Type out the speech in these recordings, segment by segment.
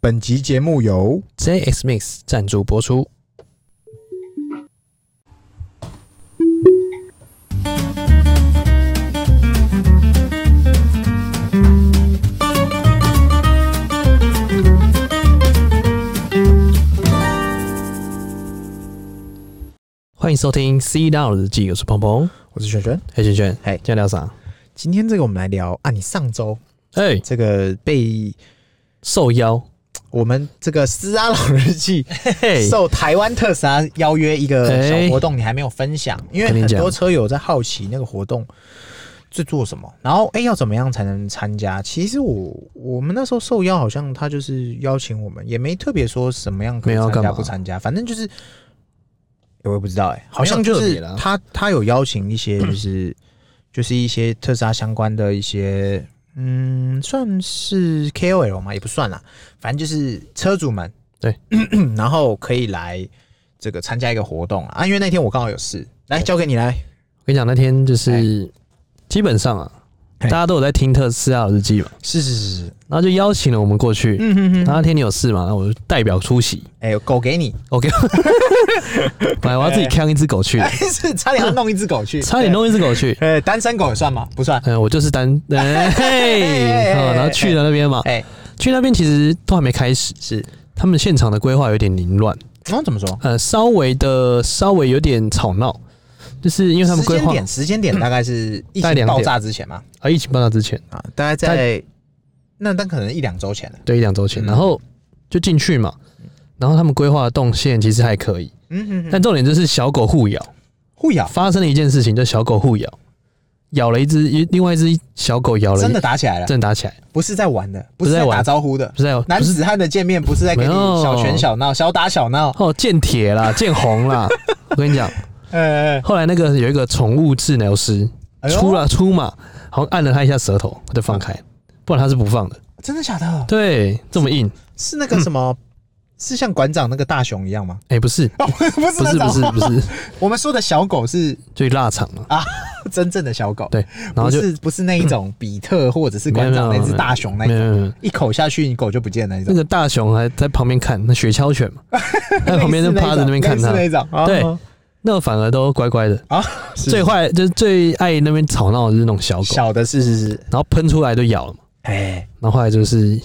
本集节目由 JX Mix 赞助播出。欢迎收听《C 道日记》，我是鹏鹏，我是璇璇。黑圈圈，嘿今天聊啥？今天这个我们来聊啊，你上周哎、这个被受邀，我们这个斯拉老日记嘿受台湾特斯拉邀约一个哎小活动，你还没有分享，因为跟你很讲多车友在好奇那个活动在做什么，然后哎、要怎么样才能参加？其实我我们那时候受邀，好像他就是邀请我们，也没特别说什么样可以没有要参干加嘛不参加，反正就是我也不知道哎、好像就没有特是嗯别啦他他有邀请一些就是、就是一些特斯拉相关的一些。嗯，算是 KOL 吗？也不算啦，反正就是车主们， 然后可以来这个参加一个活动啊，因为那天我刚好有事，来交给你来。我跟你讲，那天就是基本上啊，哎大家都有在听特斯拉的日记嘛，是是是是，然后就邀请了我们过去。嗯哼哼，然后那天你有事嘛，那我就代表出席。哎、狗给你， OK，本来我要自己扛一只狗去的， 是差点要弄一只狗 去，差点弄一只狗去。对。呃，单身狗也算吗？不算。嗯，我就是单，哎嘿，哦然后去了那边嘛，哎、去那边其实都还没开始，是。他们现场的规划有点凌乱，然后怎么说？呃，稍微的稍微有点吵闹，就是因为他们时规间划点，时间点大概是疫大情概两点爆炸之前嘛，啊，疫情爆发之前，啊，大概在那但可能一两周前了。对，一两周前，嗯然后就进去嘛，然后他们规划的动线其实还可以，嗯哼哼，但重点就是小狗互咬，互咬，发生了一件事情，就小狗互咬，咬了一只，一另外一只小狗咬了一，真的打起来了，真的打起来，不是在玩的，不是是在在玩打招呼的不。是在男不是子汉的见面不是在跟你没有小拳小闹、小打小闹，哦，见铁啦，见红啦， 我跟你讲，呃，后来那个有一个宠物治疗师哎呦出了出马，好像按了他一下舌头，他就放开，不然他是不放的，真的假的？对，这么硬，是那嗯个什么，是像馆长那个大熊一样 吗？哎、不是。哦，不是 不不是不是不是， 我们说的小狗是最腊肠 嘛，真正的小狗，对，然后不就是不是那一种比特或者是馆长没有没有那只大熊那没有种，没有没有，一口下去你狗就不见那一那种，个大熊还在旁边看，那雪橇犬 嘛，在旁边就趴在那边看是他，那一种，对啊那反而都乖乖的。啊，是最坏就是最爱那边吵闹的就是那种小狗，小的是是是，然后喷出来就咬了嘛。哎然后后来就是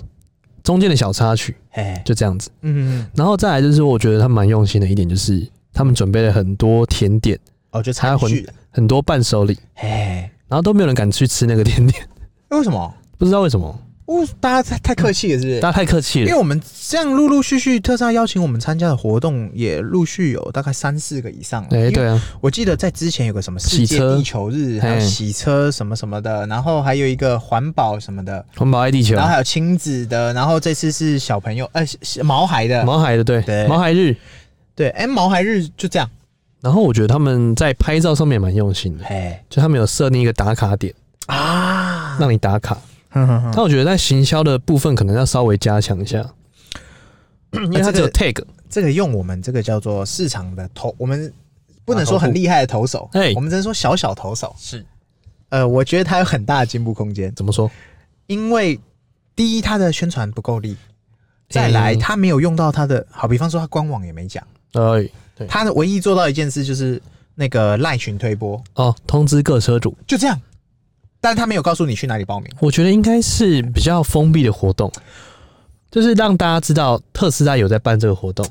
中间的小插曲，哎，就这样子。嗯，然后再来就是我觉得他们蛮用心的一点就是，他们准备了很多甜点，哦，就还插有进去很了，很多伴手礼，哎，然后都没有人敢去吃那个甜点， 为什么？不知道为什么，哦，大家太太客气了，是不是？大家太客气因为了。我们这样陆陆续续，特斯拉邀请我们参加的活动也陆续有大概三四个以上了。哎，对啊，我记得在之前有个什么世洗界车哎地球日，还有嘿洗车什么什么的，然后还有一个环保什么的，环保爱地球然，后还有亲子的，然后这次是小朋友呃是是毛孩的，毛孩的对，对毛孩日。对，哎、毛孩日就这样，然后我觉得他们在拍照上面也蛮用心的，哎就他们有设定一个打卡点 啊，让你打卡。哼哼哼但我觉得在行销的部分可能要稍微加强一下，嗯因为它只有 tag，这个用我们这个叫做市场的投，我们不能说啊头很部厉害的投手，哎我们只能说小小投手。是呃，我觉得它有很大的进步空间，怎么说？因为第一，它的宣传不够力。再来，诶它没有用到它的好，比方说它官网也没讲，哎对它唯一做到一件事就是那个赖群推播，哦，通知各车主，就这样，但他没有告诉你去哪里报名。我觉得应该是比较封闭的活动，就是让大家知道特斯拉有在办这个活动，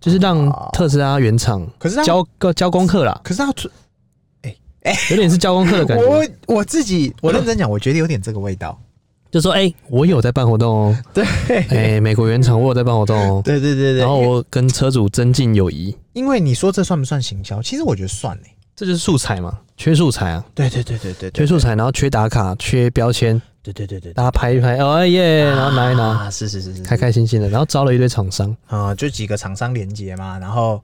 就是让啊特斯拉原厂可是他，交个交功课啦，可是他出，有点是交功课的感觉， 我我自己，我认真讲，我觉得有点这个味道。就说哎、我有在办活动哦、 对，哎、美国原厂我有在办活动哦、对对对对。然后我跟车主增进友谊，因为你说这算不算行销？其实我觉得算欸嘞。这就是素材嘛，缺素材啊，对对对对对缺对，素材，然后缺打卡，缺标签，对对对对对。大家拍一拍，哦耶，然后拿一拿，啊，是是是是，开开心心的，然后招了一堆厂商，啊、就几个厂商连接嘛，然后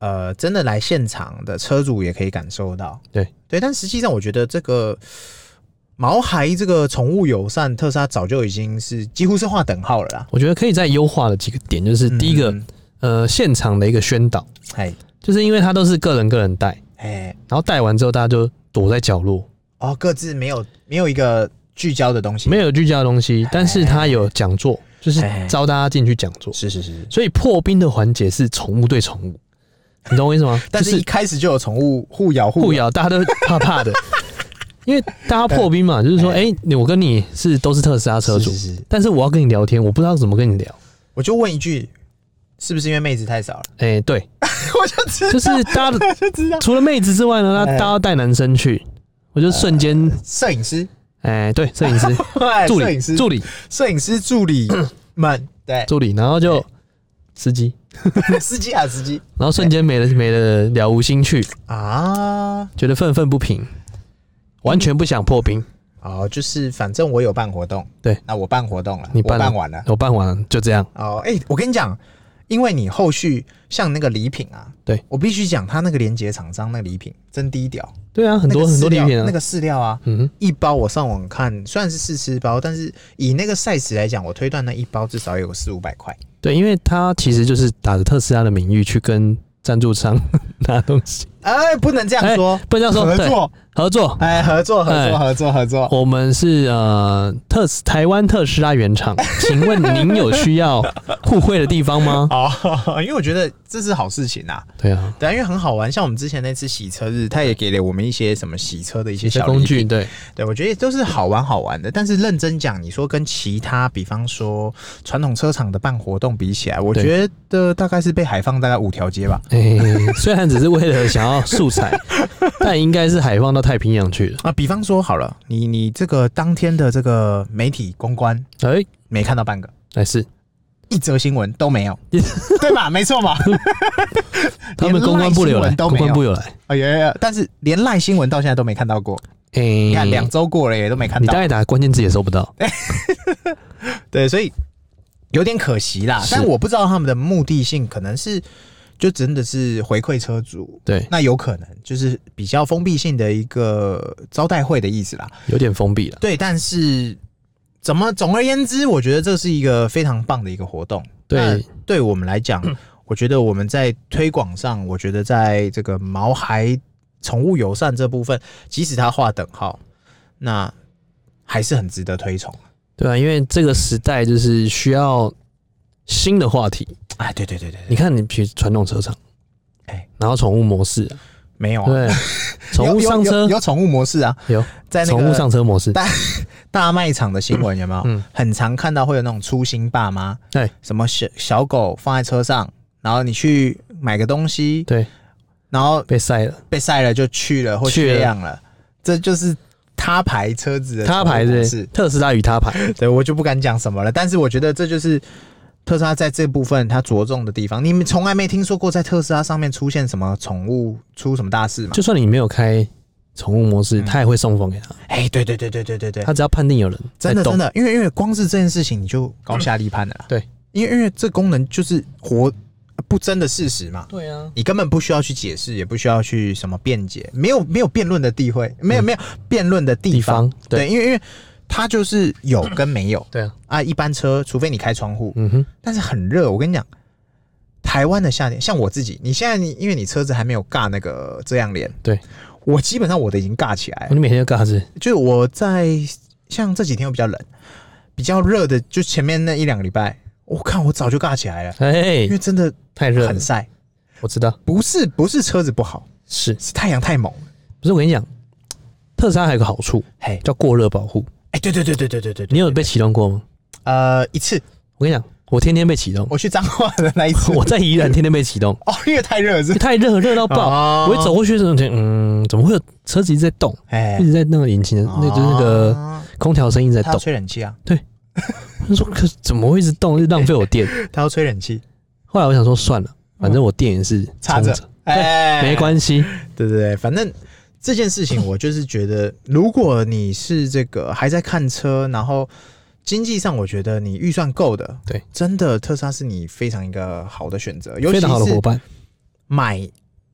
呃，真的来现场的车主也可以感受到，对对，但实际上我觉得这个毛孩这个宠物友善特斯拉早就已经是几乎是划等号了啦。我觉得可以再优化的几个点，就是第一个，嗯，呃，现场的一个宣导，哎就是因为他都是个人个人带，哎，然后带完之后大家就躲在角落，哦，各自没有没有一个聚焦的东西，哎没有聚焦的东西，但是他有讲座，就是嘿嘿招大家进去讲座。是是是，所以破冰的环节是宠物对宠物，你懂我意思吗？ 但就是一啊开始就有宠物互咬互互咬，大家都怕 怕的，因为大家破冰嘛，就是说，哎、你我跟你是都是特斯拉车主，是是是但是我要跟你聊天，我不知道怎么跟你聊。我就问一句，是不是因为妹子太少了？哎、对， 我就知道就是 大家的就知道，除了妹子之外呢，大哎大家带男生去，我就瞬间，摄影师、哎、对，摄影师、助哎摄理影、师、助理、摄影师助 理们，对，助理，然后哎就司机，司机啊，司机然后瞬间没了没了了无兴趣，啊，觉得愤愤不平，完全不想破冰。哦，就是反正我有办活动，对，那我办活动了，你我办办完了，我办完了就这样，哦，哎、我跟你讲，因为你后续像那个礼品啊，对我必须讲，他那个连接厂商那个礼品真低调，对啊，很多、那个很饲多礼料品啊，那个饲料啊，嗯哼，一包我上网看，虽然是试吃包，但是以那个 size 来讲，我推断那一包至少也有四五百块。对，因为他其实就是打着特斯拉的名义去跟赞助商 拿东西，哎、不哎能这样说，不能这样说，合对，作，合作。哎、合作，合哎作，合作，合作。？我们是呃特斯台湾特斯拉原厂，请问您有需要互惠的地方吗哦，因为我觉得这是好事情啊，对 啊，对啊，因为很好玩。像我们之前那次洗车日，他也给了我们一些什么洗车的一些一些小工礼具品对，对，我觉得都是好玩好玩的，但是认真讲，你说跟其他，比方说传统车厂的办活动比起来，我对觉得大概是被海放大概五条街吧。哎、虽然只是为了想要 素材，但应该是海放到太平洋去了。啊，比方说好了，你你这个当天的这个媒体公关哎、没看到半个，还是一则新闻都没 有，对吧？没错嘛。他们连公关部赖新有闻来，都公没关部有。有来。哎呀，但是连赖新闻到现在都没看到过。哎、你看两周过了也都没看你到大。概打关键字也搜不到。对，所以有点可惜啦。是但我不知道他们的目的性，可能是就真的是回馈车主，对，那有可能就是比较封闭性的一个招待会的意思啦。有点封闭了。对，但是怎么总而言之，我觉得这是一个非常棒的一个活动。对那对我们来讲，我觉得我们在推广上，我觉得在这个毛孩宠物友善这部分，即使它划等号，那还是很值得推崇。对啊，因为这个时代就是需要新的话题。哎，对对对对对你看，你比如传统车厂，哎然后宠物模式啊，没有啊。对， 宠物有有上车有有宠物模式啊，有在那宠物个上车模式，大大卖场的新闻有没有？嗯很常看到会有那种粗心爸妈，对什么小小狗放在车上，然后你去买个东西，对，然后被晒了，被晒了就去了或去缺了氧了，这就是他牌车子的他牌宠物模对式，特斯拉与他牌，对我就不敢讲什么了。但是我觉得这就是特斯拉在这部分它着重的地方。你们从来没听说过在特斯拉上面出现什么宠物出什么大事吗？就算你没有开宠物模式，他也会送风给他，哎、对对对对对对对，他只要判定有人在真的动真，的，因为因为光是这件事情你就高下立判了啦。对，因为因为这功能就是活不争的事实嘛，对啊，你根本不需要去解释，也不需要去什么辩解，没有没有辩论的地位，没有没有辩论的地嗯地方。方对对，因为因为它就是有跟没有对啊，啊。一般车，除非你开窗户，嗯哼，但是很热。我跟你讲，台湾的夏天，像我自己，你现在你因为你车子还没有尬那个遮阳帘，对我基本上我的已经尬起来了哦。你每天要干啥子？就是我在像这几天我比较冷，比较热的，就前面那一两个礼拜，我看我早就尬起来了，哎因，为真的太热很了，晒。我知道，不是不是车子不好，是是太阳太猛了。不是？我跟你讲，特斯拉还有个好处嘿，叫过热保护，哎，对对对对对对对对，你有被启动过吗？呃一次我跟你讲，我天天被启动， 我去彰化的那一次，我在宜兰天天被启动， 哦，因为太热了是太热热到爆。哦我一走过去的时候，觉得嗯，怎么会有车子一直在动，哎一，直在那个引擎的，那就是那个哦空调声音在他要动。吹冷气啊，他说可怎么会一直动，就浪费 我电。他要吹冷气，后来我想说算了，反正我电也是插充着着，哎， 没关系。对对对，反正这件事情，我就是觉得，如果你是这个还在看车，然后经济上我觉得你预算够的，对，真的特斯拉是你非常一个好的选择，尤其 非常好的伙是伴，买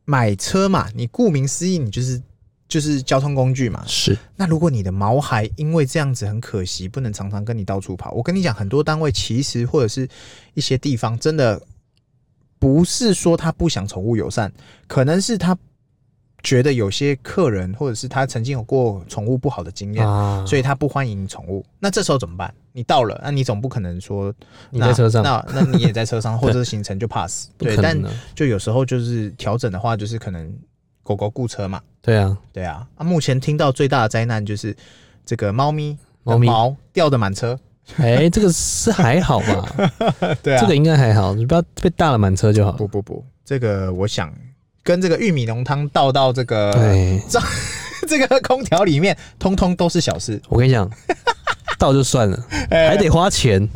买车嘛，你顾名思义，你就是就是交通工具嘛。是那如果你的毛孩因为这样子很可惜，不能常常跟你到处跑，我跟你讲，很多单位其实或者是一些地方真的。不是说他不想宠物友善，可能是他觉得有些客人或者是他曾经有过宠物不好的经验，啊，嗯所以他不欢迎宠物。那这时候怎么办？你到了，那你总不可能说你在车上那那那你也在车 上，或者是行程就 pass。不对，可但能啊，就有时候就是调整的话，就是可能狗狗雇车嘛，对啊，对啊。啊，目前听到最大的灾难就是这个猫咪的猫咪毛掉的满 车，哎，这个是还好吧？ 对啊，这个应该还好，你不要被大了满车就好不。不不，这个我想跟这个玉米浓汤倒到这个对， 这个空调里面，通通都是小 事，我跟 你讲，到就算了，哎还得花钱。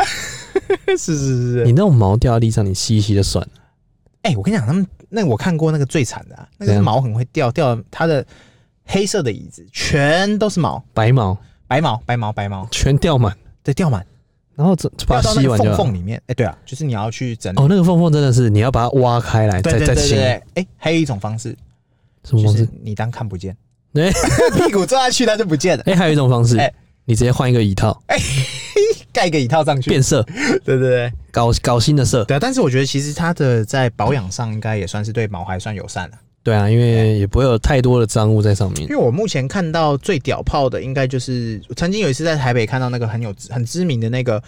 是是是是你。那种毛掉在地上，你吸一吸就算了。哎、我跟你讲，他们那我看过那个最惨的、啊，那个怎是样毛很会掉，掉它的黑色的椅子全都是毛，白毛白毛白毛白毛，全掉满，对，掉满，然后这就掉把它到那吸个完就缝好。缝里面。哎、对啊，就是你要去整理。哦，那个缝缝真的是你要把它挖开来，对再对再对对清对，。哎、还有一种方式，什么就方式是？你当看不 见，哎屁股坐下去它就不见了，哎，还有一种方式哎，你直接换一个椅套，盖个椅套上去。变色，对对对，搞搞新的色。对啊。但是我觉得其实它的在保养上应该也算是对毛还算友善了、对啊，因为也不会有太多的脏物在上面因。为我目前看到最屌炮的，应该就是我曾经有一次在台北看到那个很有很知名的那个，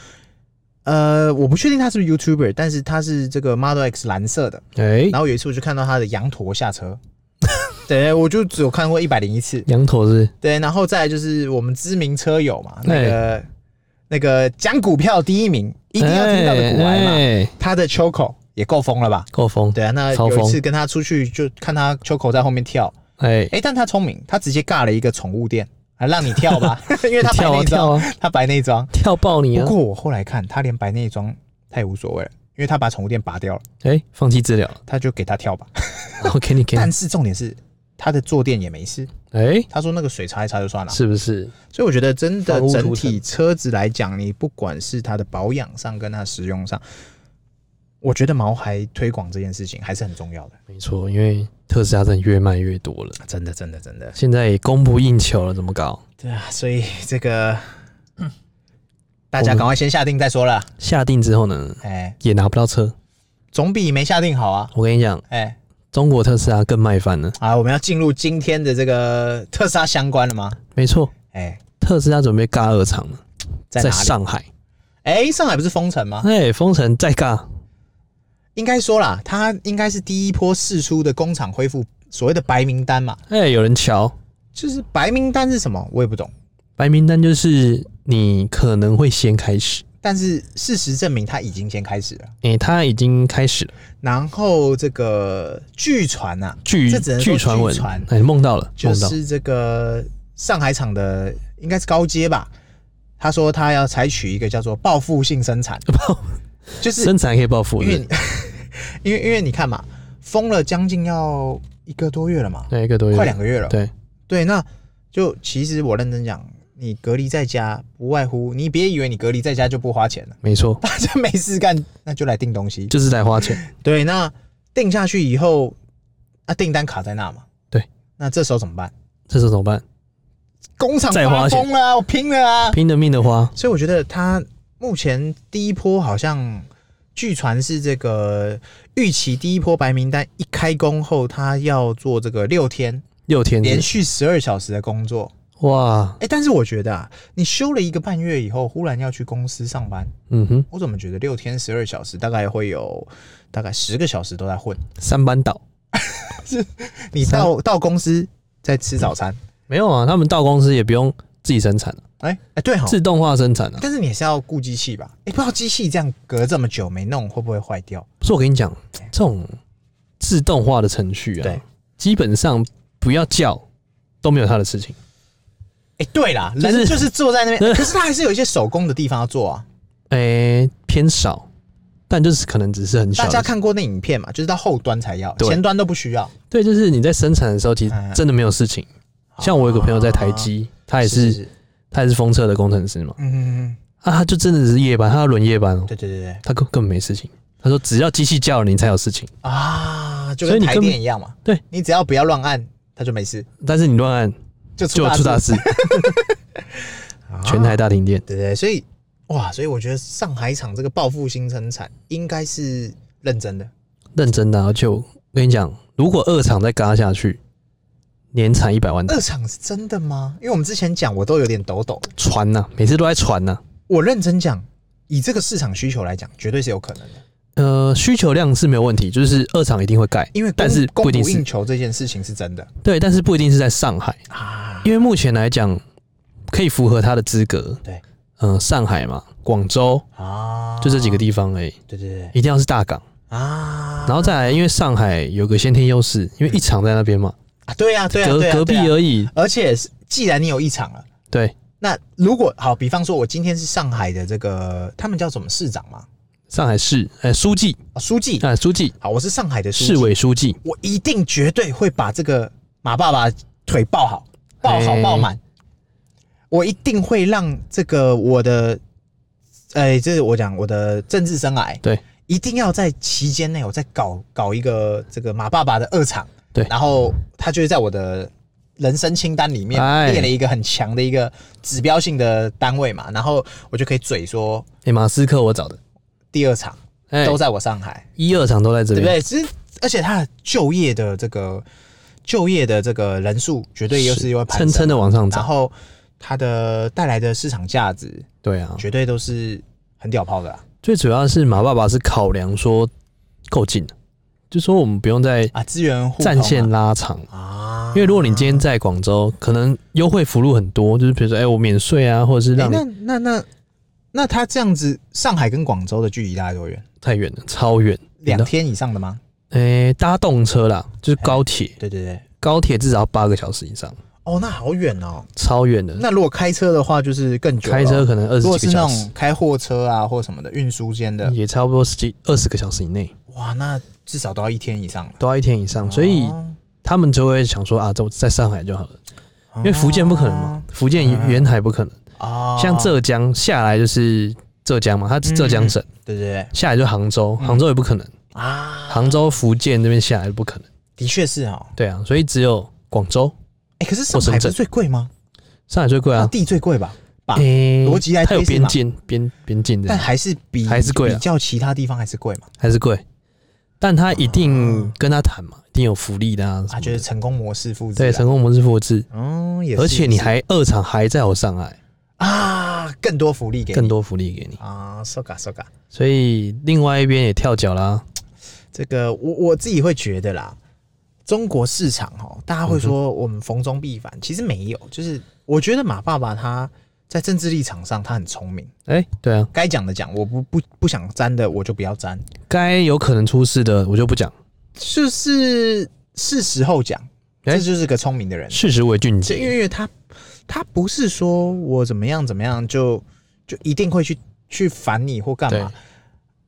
呃，我不确定他是不是 YouTuber，但是他是这个 Model X 蓝色的。哎，然后有一次我就看到他的羊驼下 车，对，我就只有看过一百零一次。羊驼是对，然后再来就是我们知名车友嘛，那哎个那个讲股票第一名一一定要听到的股癌嘛，哎，他的秋口也够疯了吧？够疯。对啊，那超有一疯次跟他出去就看他秋口在后面跳。哎，哎、但他聪明，他直接尬了一个宠物店，还让你跳 吧，因为他白跳啊内跳装， 啊，他白内装。跳爆你不啊！过我后来看，他连白内装他也无所谓了，因为他把宠物店拔掉了，哎，放弃治疗了，他就给他跳吧。我给你给你但。是重点是，他的坐垫也没事，哎，他说那个水擦一擦就算了。是不是？所以我觉得真的房屋整涂体车子来讲，你不管是它的保养上跟它使用上，我觉得毛孩推广这件事情还是很重要的。没错，因为特斯拉真的越卖越多了，啊真的，真的，真的，现在也供不应求了，怎么搞？对啊，所以这个。嗯大家赶快先下定再说了，下定之后呢，哎、也拿不到车。总比没下定好啊。我跟你讲，哎、中国特斯拉更卖翻了。啊，我们要进入今天的这个特斯拉相关了吗？没错，哎、特斯拉准备尬二厂了，在在哪里？上海。哎、上海不是封城吗？哎，封城再尬，应该说啦，它应该是第一波试出的工厂恢复所谓的白名单嘛。哎，有人瞧。就是白名单是什么，我也不懂。白名单就是你可能会先开始，但是事实证明，它已经先开始了。哎、他已经开始了，然后这个据传呐、据这只能说据传闻据传，哎、梦到了，就梦到，是这个上海厂的应该是高阶吧，他说他要采取一个叫做报复性生 产，就是身材可以报复因为的你，因为因为你看嘛，封了将近要一个多月了嘛，对，一个多月，快两个月了。对，对那就其实我认真讲，你隔离在家不外乎你别以为你隔离在家就不花钱了， 没错，大家没事干，那就来订东西。就是在花 钱，对，那订下去以后，啊订单卡在那嘛。对，那这时候怎么办？这时候怎么办？工厂再发花钱疯了啊，我拼了啊！拼了命的花，所以我觉得他目前第一波好像据传是这个预期第一波白名单一开工后，他要做这个六天六天连连续，续十二小时的工作。哇，哎、但是我觉得啊，你休了一个半月以后，忽然要去公司上班，嗯哼，我怎么觉得六天十二小时大概会有大概十个小时都在混？三班倒，你到到公司再吃早餐，没有啊，他们到公司也不用自己生产了，哎、哎、对哈。自动化生产啊。但是你也是要顾机器吧？哎、不知道机器这样隔这么久没弄，会不会坏掉？不是我跟你讲，这种自动化的程序对啊，基本上不要叫都没有他的事情。哎、对啦，就人是就是坐在那边， 对可是他还是有一些手工的地方要做啊。诶、偏少，但就是可能只是很小大的。家看过那影片嘛？就是到后端才要，对前端都不需要。对，就是你在生产的时候，其实嗯真的没有事情。哦像我有个朋友在台啊积，他也是他也是封测的工程师嘛，嗯，啊，他就真的只是夜班，他要轮夜班哦，对对对对他根根本没事情。他说只要机器叫了你才有事情，啊，就所跟以你台根本电一样嘛。对，你只要不要乱按，他就没事，但是你乱按就出就大出大事。 啊事，全台大停电。对对对，所以哇，所以我觉得上海厂这个报复性生产应该是认真的。认真的、啊，而且我跟你讲，如果二厂再嘎下去，年产一百万台二厂是真的吗？因为我们之前讲，我都有点抖抖。传呐、每次都在传呐、我认真讲，以这个市场需求来讲，绝对是有可能的，呃，需求量是没有问题，就是二厂一定会盖，因为供但是供不一定应是求这件事情是真的对，但是不一定是在上海，啊。因为目前来讲可以符合它的资格。对，嗯、上海嘛，广州啊，就这几个地方而已，对对对一定要是大港，啊，然后再来，因为上海有个先天优势，因为一厂在那边嘛，啊，对呀、啊、对呀、啊、隔对呀、啊、隔壁对啊而已，而且是既然你有异常了，对，那如果好，比方说我今天是上海的这个，他们叫什么市长嘛，上海市，哎、书记，啊，书记，啊、书记，好，我是上海的书记市委书记，我一定绝对会把这个马爸爸腿抱好，抱好哎抱满。我一定会让这个我的，哎、这是我讲我的政治生涯，对，一定要在期间内，我再搞搞一个这个马爸爸的二场，对然后他就会在我的人生清单里面哎列了一个很强的一个指标性的单位嘛，然后我就可以嘴说哎、马斯克我找的，第二场哎、都在我上海，一二厂都在这对不边，对？其实，而且他的就业的这个就业的这个人数，绝对又是又会攀蹭蹭升，的往上然涨，后它的带来的市场价值，对啊，绝对都是很屌炮的啊最主要是马爸爸是考量说够近，就说我们不用再啊！资源互通啊战线拉长，啊，因为如果你今天在广州，可能优惠幅度很多，就是比如说哎、我免税啊，或者是诶让你那那那那他这样子，上海跟广州的距离大概多远？太远了，超远，两天以上的吗？哎、搭动车啦，就是高铁，对对对，高铁至少要八个小时以上，哦，那好远哦。超远的。那如果开车的话，就是更久了。嗯开车可能二十如果几是个那小种时，嗯开货车啊或什么的运输间的，也差不多十几二十个小时以内，哇，那至少都要一天以上了。都要一天以上，所以哦他们就会想说啊，在在上海就好了，因为福建不可能嘛，福建嗯沿海不可能，哦，像浙江下来就是浙江嘛，它是浙江省对对对下来就杭州，嗯杭州也不可能，啊，杭州福建那边下来就不可能，的确是哦。对啊，所以只有广州，哎，可是上或深海不是圳最贵吗？上海最贵那啊，哦地最贵吧，吧诶逻辑来它有推是边嘛境边边境但的，还是比还是贵啊比较其他地方还是贵嘛。还是贵，但他一定啊跟他谈嘛，一定有福利的啊，什啊，么就是的，成功模式复制啊，对，成功模式复制。嗯，也是，而且你也是还二厂还在我上海，啊，更多福利给你更多福利给你，啊，so ga so ga。所以另外一边也跳脚啦。这个我我自己会觉得啦，中国市场哦，大家会嗯说我们逢中必反，其实没有，就是我觉得马爸爸他在政治立场上他很聪明，哎、对啊，该讲的讲，我不不不想沾的我就不要沾。该有可能出事的我就不讲，就是是时候讲，哎这就是个聪明的人。事实为俊就因杰。为他他不是说我怎么样怎么样就就一定会去去烦你或干嘛。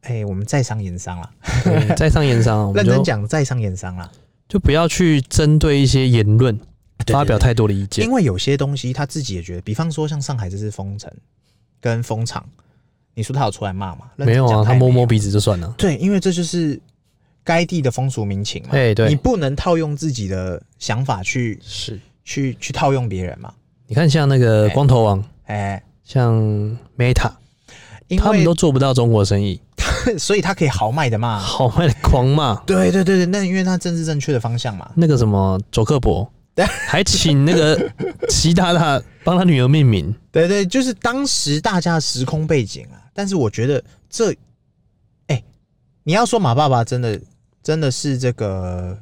哎、我们在商言商啦， 对在商言商啊，我们认真就讲在商言商啦，就不要去针对一些言论对发表太多的意因见。为有些东西他自己也觉得，比方说像上海这次封城跟封厂，你说他有出来骂吗？认没真有讲啊，他也摸没摸有鼻子就算了。对，因为这就是该地的风俗民情嘛。哎对你不能套用自己的想法去是，去去套用别人嘛。你看像那个光头王，哎、像 Meta，因为他们都做不到中国生意， 所以他可以豪迈的骂。好卖的狂骂。对对对对，那因为他政治正确的方向嘛。那个什么佐克伯对，还请那个 习大大帮他女儿命名。对对，就是当时大家的时空背景啊。但是我觉得这，哎、你要说马爸爸真的真的是这个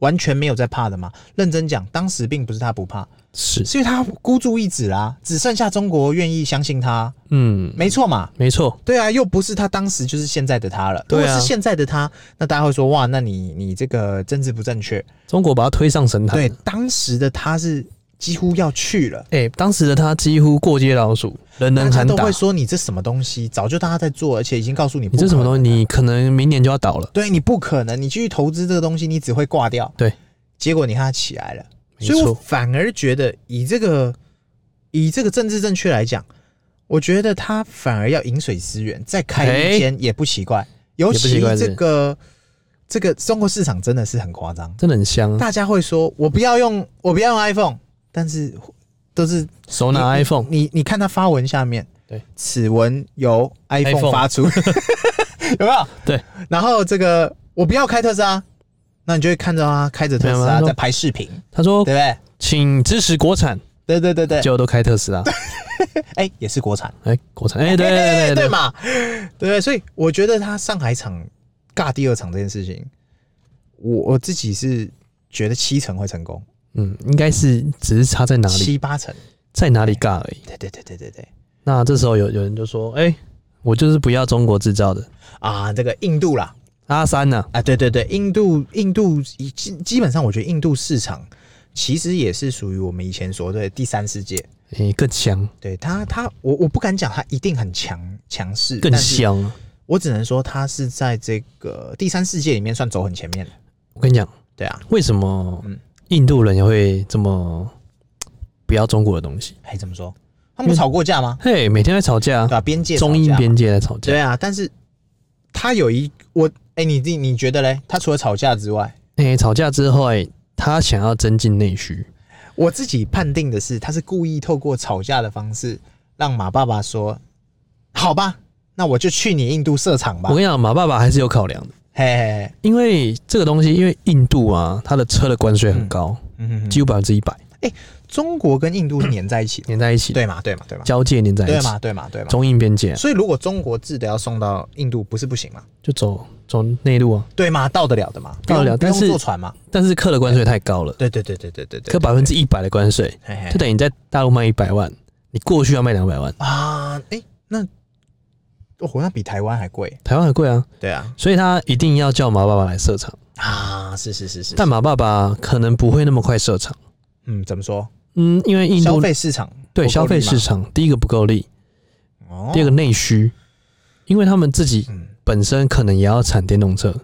完全没有在怕的吗？认真讲，当时并不是他不怕，是，是因为他孤注一掷啦、只剩下中国愿意相信他，嗯，没错嘛。没错，对啊，又不是他当时就是现在的他了。对啊如果是现在的他，那大家会说哇，那你你这个政治不正确。中国把他推上神坛。对，，当时的他是几乎要去了，哎、当时的他几乎过街老鼠，人大人家喊都打会。说你这什么东西，早就大家在做，而且已经告诉你你这什么东西，西？你可能明年就要倒了。对你不可能，你继续投资这个东西，你只会挂掉。对，结果你看他起来了，没所以我错，反而觉得以这个以这个政治正确来讲，我觉得他反而要饮水思源，再开一间也不奇怪，尤哎不其奇怪这是个这个中国市场真的是很夸张。真的很香。啊大家会说，我不要用，我不要用 iPhone，但是都是手拿你 iPhone，你你看他发文下面，对，此文由 iPhone iPhone 发出，有没有？对。然后这个我不要开特斯拉，那你就会看到他开着特斯没有没拉有在拍视频，他说对不对？请支持国产，对对对对，结果都开特斯拉，哎、也是国产，哎，国产，哎，对对对对 对对，嘛，对，所以我觉得他上海场尬第二场这件事情，我我自己是觉得七成会成功，嗯，应该是只是差在哪里，七八成，在哪里尬而已。对对对对对对那这时候有有人就说，哎，我就是不要中国制造的啊，这个印度啦，阿三呐，啊，对对对，印度印度以基基本上，我觉得印度市场其实也是属于我们以前所谓的第三世界。哎，更香，对它，它我我不敢讲它一定很强强势，更但是香啊。我只能说它是在这个第三世界里面算走很前面的。我跟你讲，对啊，为什么嗯印度人也会这么不要中国的东西？哎还怎么说？他们不吵过架吗？嘿，每天在吵架啊对，吧、边界吵架中印边界在吵架。对啊，但是它有一我哎、你你你觉得嘞？它除了吵架之外，哎，吵架之后，哎，他想要增进内需，我自己判定的是，他是故意透过吵架的方式，让马爸爸说：“好吧，那我就去你印度设厂吧我。跟你讲，马爸爸还是有考量的，”嘿嘿嘿，因为这个东西，因为印度啊，它的车的关税很高，嗯哼几哼，乎百分之一百中国跟印度是粘在一起的，粘在一起，，对嘛？对嘛？对嘛？交界粘在对一起，嘛？对嘛？对嘛？中印边界啊所以如果中国制的要送到印度，不是不行嘛？就走走内陆啊，对嘛？到得了的嘛？到得了不用但不是用坐船嘛？但是课的关税太高了，对对对对对对对，哎课百分之一百的关税，嘿嘿就等于你在大陆卖一百万，你过去要卖两百万，啊，哎、那哦，那比台湾还贵，台湾很贵啊，对啊，所以他一定要叫马爸爸来设厂，啊，是是是是，但马爸爸可能不会那么快设厂，嗯，怎么说？嗯，因为印消度费市场对不够消费力嘛市，场，第一个不够力，哦第二个内需，因为他们自己嗯本身可能也要产电动车，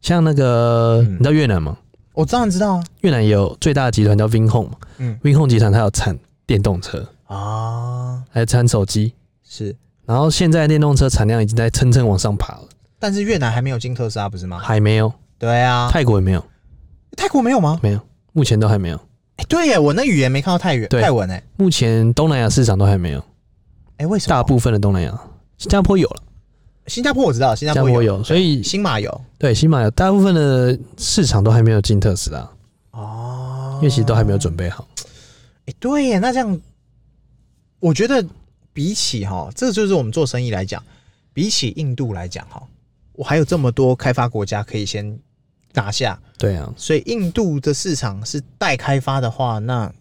像那个嗯你知道越南吗？我当然知道啊。越南有最大的集团叫 Vinhome 嘛，嗯，Vinhome 集团它有产电动车，啊，还有产手机，是，然后现在电动车产量已经在蹭蹭往上爬了，但是越南还没有进特斯拉，不是吗？还没有，对啊，泰泰国也没有，泰国没有吗？没有，目前都还没有，哎，对耶，我那语言没看到泰语对泰文哎，目前东南亚市场都还没有，哎，为什么？大部分的东南亚，新加坡有了，新加坡我知道，新加新加坡有，所以新马有对新马有，大部分的市场都还没有进特斯拉，哦因为其实都还没有准备好，哎，对耶，那这样，我觉得比起哈，这就是我们做生意来讲，比起印度来讲哈，我还有这么多开发国家可以先拿下，对啊，所以印度的市场是待开发的话，那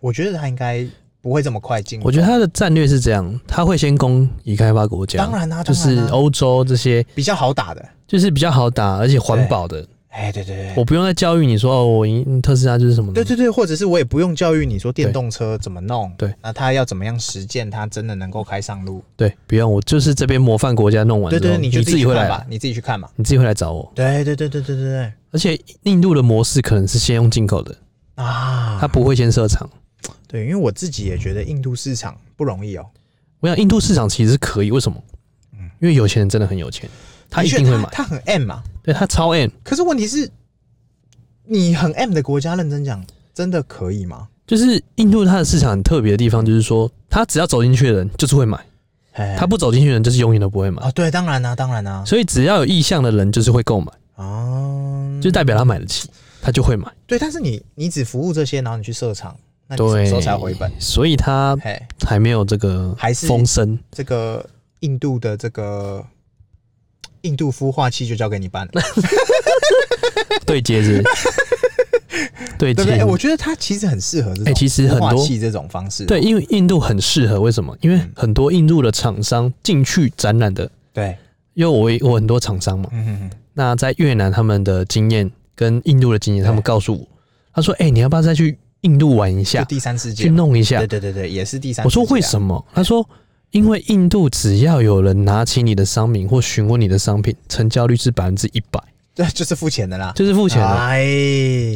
我觉得它应该不会这么快进入。我觉得他的战略是这样，他会先攻已开发国家，当然啦，就啊当是哦然啦欧洲这些，比较好打的。就是比较好打而且环保的，哎，对对对，我不用再教育你说哦，我赢特斯拉就是什么对的，对对，或者是我也不用教育你说电动车怎么弄，对，那它要怎么样实践，它真的能够开上路。对，不用，我就是这边模范国家弄完之对后，对，你就自己去会看来啊吧，你自己去看嘛。你自己会来找我。对对对对对对对而且印度的模式可能是先用进口的，啊它！不会先设厂。对，因为我自己也觉得印度市场不容易哦，我想印度市场其实是可以，为什么？因为有钱人真的很有钱，他一定会嗯的确买，它它很 M 嘛。对他超 M，可是问题是，你很 M 的国家，认真讲，真的可以吗？就是印度它的市场很特别的地方，就是说他只要走进去的人就是会买，哎他不走进去的人就是永远都不会买啊，。对，当然啦、当然啊啦、所以只要有意向的人就是会购买，啊，哦，就代表他买得起，他就会买。对，但是你你只服务这些，然后你去设厂，那你什么对，嗯时候才回本？所以他嘿，还没有这个还是风声，这个印度的这个印度孵化器就交给你办了，对 接是，对对接不对？哎我觉得它其实很适合这种哎其实孵很多化器这种嗯方式，对，因为印度很适合，为什么？因为很多印度的厂商进去展览的，对，因为我我很多厂商嘛，嗯哼哼，那在越南他们的经验跟印度的经验，对他们告诉我，他说：“哎、你要不要再去印度玩一就下，第三世界啊去，弄一下对对对对，也是第？”三我世界啊。说：“为什么？”他说：“因为印度只要有人拿起你的商品或询问你的商品，成交率是百分之一百， 对，就是付钱的啦，就是付钱的。哎，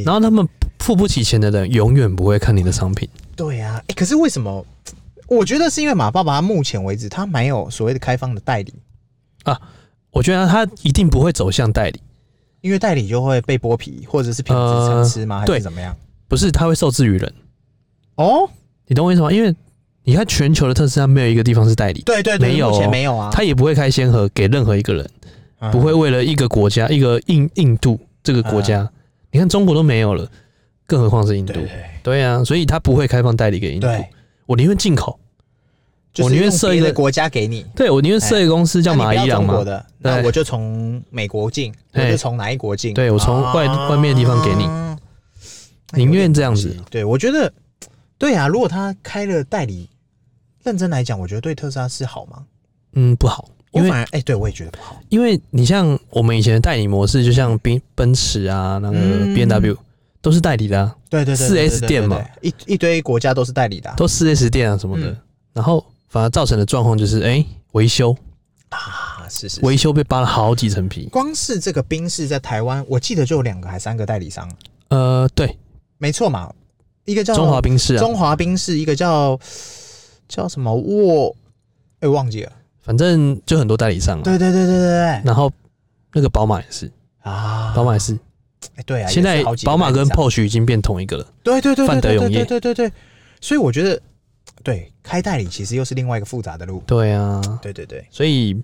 然后他们付不起钱的人，永远不会看你的商品。对啊，哎、可是为什么？我觉得是因为马爸爸目前为止他没有所谓的开放的代理，我觉得他一定不会走向代理，因为代理就会被剥皮，或者是品质参差吗？还对是怎么样？不是他会受制于人。哦，你懂我意思吗？因为你看全球的特斯拉没有一个地方是代理，对对对，没有哦目前没有啊，他也不会开先河给任何一个人，嗯不会为了一个国家，一个印印度这个国家，你看中国都没有了，更何况是印度？嗯对对啊，所以它不会开放代理给印度，对，我宁愿进口。就我是宁愿用设别一的个国家给你，对我宁愿设一个公司叫哎那你马不要伊朗中嘛国，的，那对我就从美国进，我哎就从哪一国进？对我从外外面的地方给你啊宁愿这样子。对，我觉得，对啊，如果他开了代理，认真来讲，我觉得对特斯拉是好吗？嗯，不好，我因为反而哎、对我也觉得不好。因为你像我们以前的代理模式，就像宾奔驰啊，那个嗯 B N W 都是代理的、啊，对对对，对 4S 店嘛，对对对一一堆国家都是代理的啊、都四 S 店啊什么的，嗯然后反而造成的状况就是，哎、维修啊，是是是维修被扒了好几层皮。光是这个宾士在台湾，我记得就有两个还三个代理商，呃，对，没错嘛，一个叫中华宾士啊，中华宾士，一个叫叫什么沃，哎、忘记了。反正就很多代理商啊。对对对对对对然后那个宝马也是，啊，宝马也是，哎对啊，现也在是好几个宝马跟代理商 Porsche 已经变同一个了。对对对对范德对永对业对对对对，所以我觉得对开代理其实又是另外一个复杂的路。对啊，对对对，所以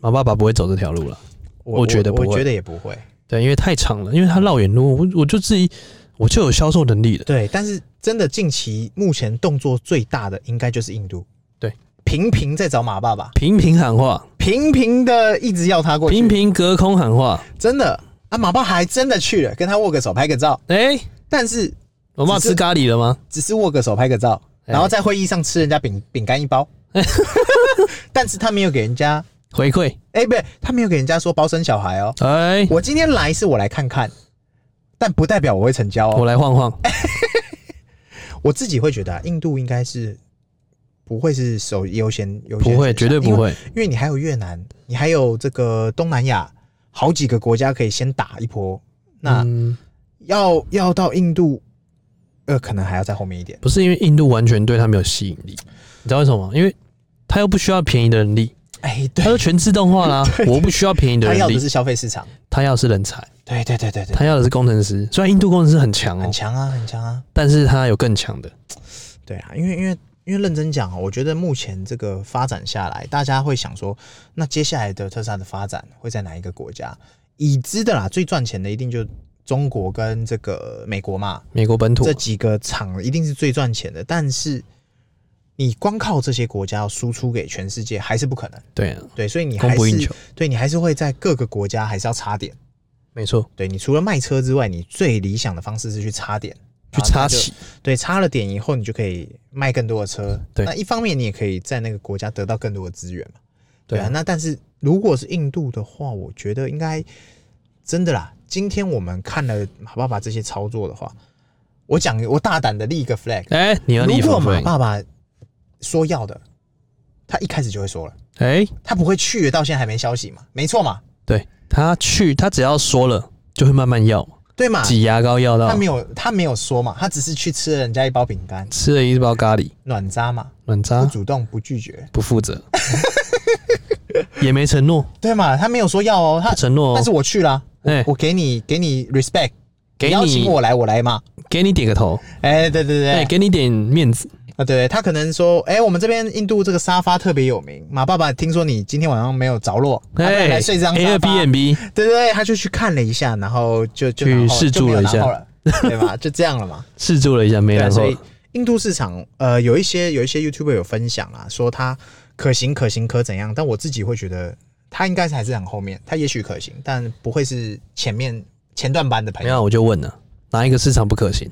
马爸爸不会走这条路了。我我觉得我不会觉得也不会。对，因为太长了，因为他绕远路，我我就自己我就有销售能力了。对，但是真的近期目前动作最大的应该就是印度。对，频频在找马爸爸，频频喊话，频频的一直要他过去，频频隔空喊话。真的啊，马爸还真的去了，跟他握个手拍个照，哎、但是我妈只是吃咖喱了吗？只是握个手拍个照，哎然后在会议上吃人家饼饼干一 包，但是他没有给人家，回馈，哎、不对，他没有给人家说包生小孩哦。哎、我今天来是我来看看，但不代表我会成交我哦。来晃晃。我自己会觉得、啊，印度应该是不会是首优先优先，不会，绝对不因为，会。因为你还有越南，你还有这个东南亚好几个国家可以先打哎一波。那嗯，要、要到印度，呃，可能还要在后面一点。不是因为印度完全对他没有吸引力，你知道为什么吗？因为他又不需要便宜的人力，哎、他对，都全自动化啦、我不需要便宜的他要人的力，是消费市场。他要是人才，对对对对对，他要的是工程师。虽然印度工程师很强哦、很强啊，很强啊。但是他有更强的。对啊，因为因为因为认真讲哦，我觉得目前这个发展下来，大家会想说，那接下来的特斯拉的发展会在哪一个国家？已知的啦，最赚钱的一定就中国跟这个美国嘛，美国本土啊这几个厂一定是最赚钱的。但是你光靠这些国家要输出给全世界还是不可能，对啊，对，所以你供还不应是求，对你还是会在各个国家还是要插点。没错，对你除了卖车之外，你最理想的方式是去插点，去然后插它就旗。嗯对，差了点以后，你就可以卖更多的车。对那一方面你也可以在那个国家得到更多的资源嘛。对对啊啊，那但是如果是印度的话，我觉得应该真的啦。今天我们看了马爸爸这些操作的话，我讲我大胆的立一个 flag，哎、你要立如法果马会，爸爸说要的，他一开始就会说了，哎、他不会去的，到现在还没消息嘛？没错嘛？对他去，他只要说了，就会慢慢要，对嘛？挤牙膏要啊他到没有，他没有说嘛，他只是去吃了人家一包饼干，吃了一包咖喱，暖渣嘛，软不渣主动不拒绝，不负责， 也没承诺，对嘛？他没有说要哦，他不承诺、但是哦，我去啦，哎、我给你给你 respect，给你邀请我来，我来嘛。给你点个头，哎、对对哎、对，给你点面子，啊对，他可能说，哎、我们这边印度这个沙发特别有名，马爸爸听说你今天晚上没有着落，要不哎、然来睡这张沙发， Airbnb，对对对，他就去看了一下，然后就就去然后试就没有住了一下然后了对吧？就这样了嘛。试住了一下没对，啊然后所了以，印度市场，呃，有一些有一些 YouTuber 有分享啊，说它可行可行可怎样，但我自己会觉得它应该是还是很后面，它也许可行，但不会是前面前段班的朋没友。有我就问了，哪一个市场 不可行？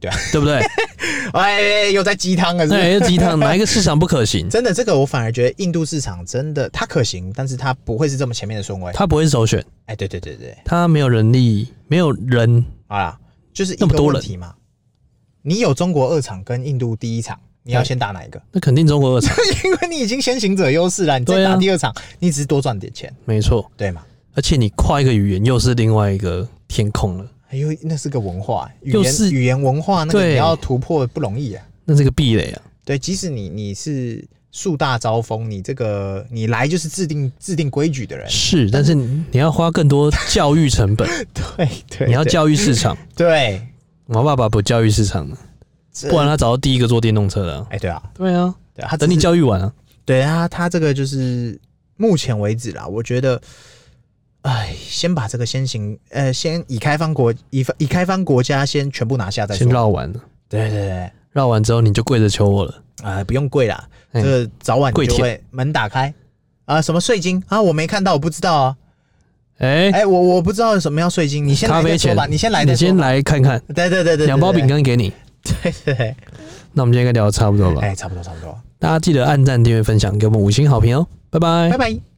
对 啊，对不对？哎，又在鸡汤了，是不是？ 那鸡汤哪一个市场不可行？真的，这个我反而觉得印度市场真的它可行，但是它不会是这么前面的顺位。他不会首选，哎，对对对对，他没有人力，没有人，好啦，就是一那么个多问人题嘛。你有中国二厂跟印度第一厂，你要先打哪一个？ 那肯定中国二厂，因为你已经先行者优势了，你再对啊打第二场，你只是多赚点钱，没错。对吗？而且你跨一个语言又是另外一个天空了，哎呦，那是个文化、语又言是语言文化，那个对你要突破不容易啊。那这个壁垒啊，对，即使你你是树大招风，你这个你来就是制定制定规矩的人，是，但是你你要花更多教育成本， 对 对，你要对教育市场。对，我爸爸不教育市场的，这不然他找到第一个做电动车的啊、哎，对啊，对啊，对啊，他等你只是，教育完啊，对啊，他这个就是目前为止啦，我觉得哎，先把这个先行，呃，先以开放国以以开放国家先全部拿下再先说。绕完了，对对对，绕完之后你就跪着求我了。啊，不用跪啦，嗯这个早晚跪就舔会门打开。啊，什么税金啊？我没看到，我不知道啊。哎、哎、我我不知道有什么要税金，你先咖来啡再说钱吧，你先来你再说先吧。来看看，对对对对，两包饼干。干给你。对对对，那我们今天应该聊的差不多吧？哎，差不多差不多，大家记得按赞、订阅、分享，给我们五星好评哦，拜拜拜。拜。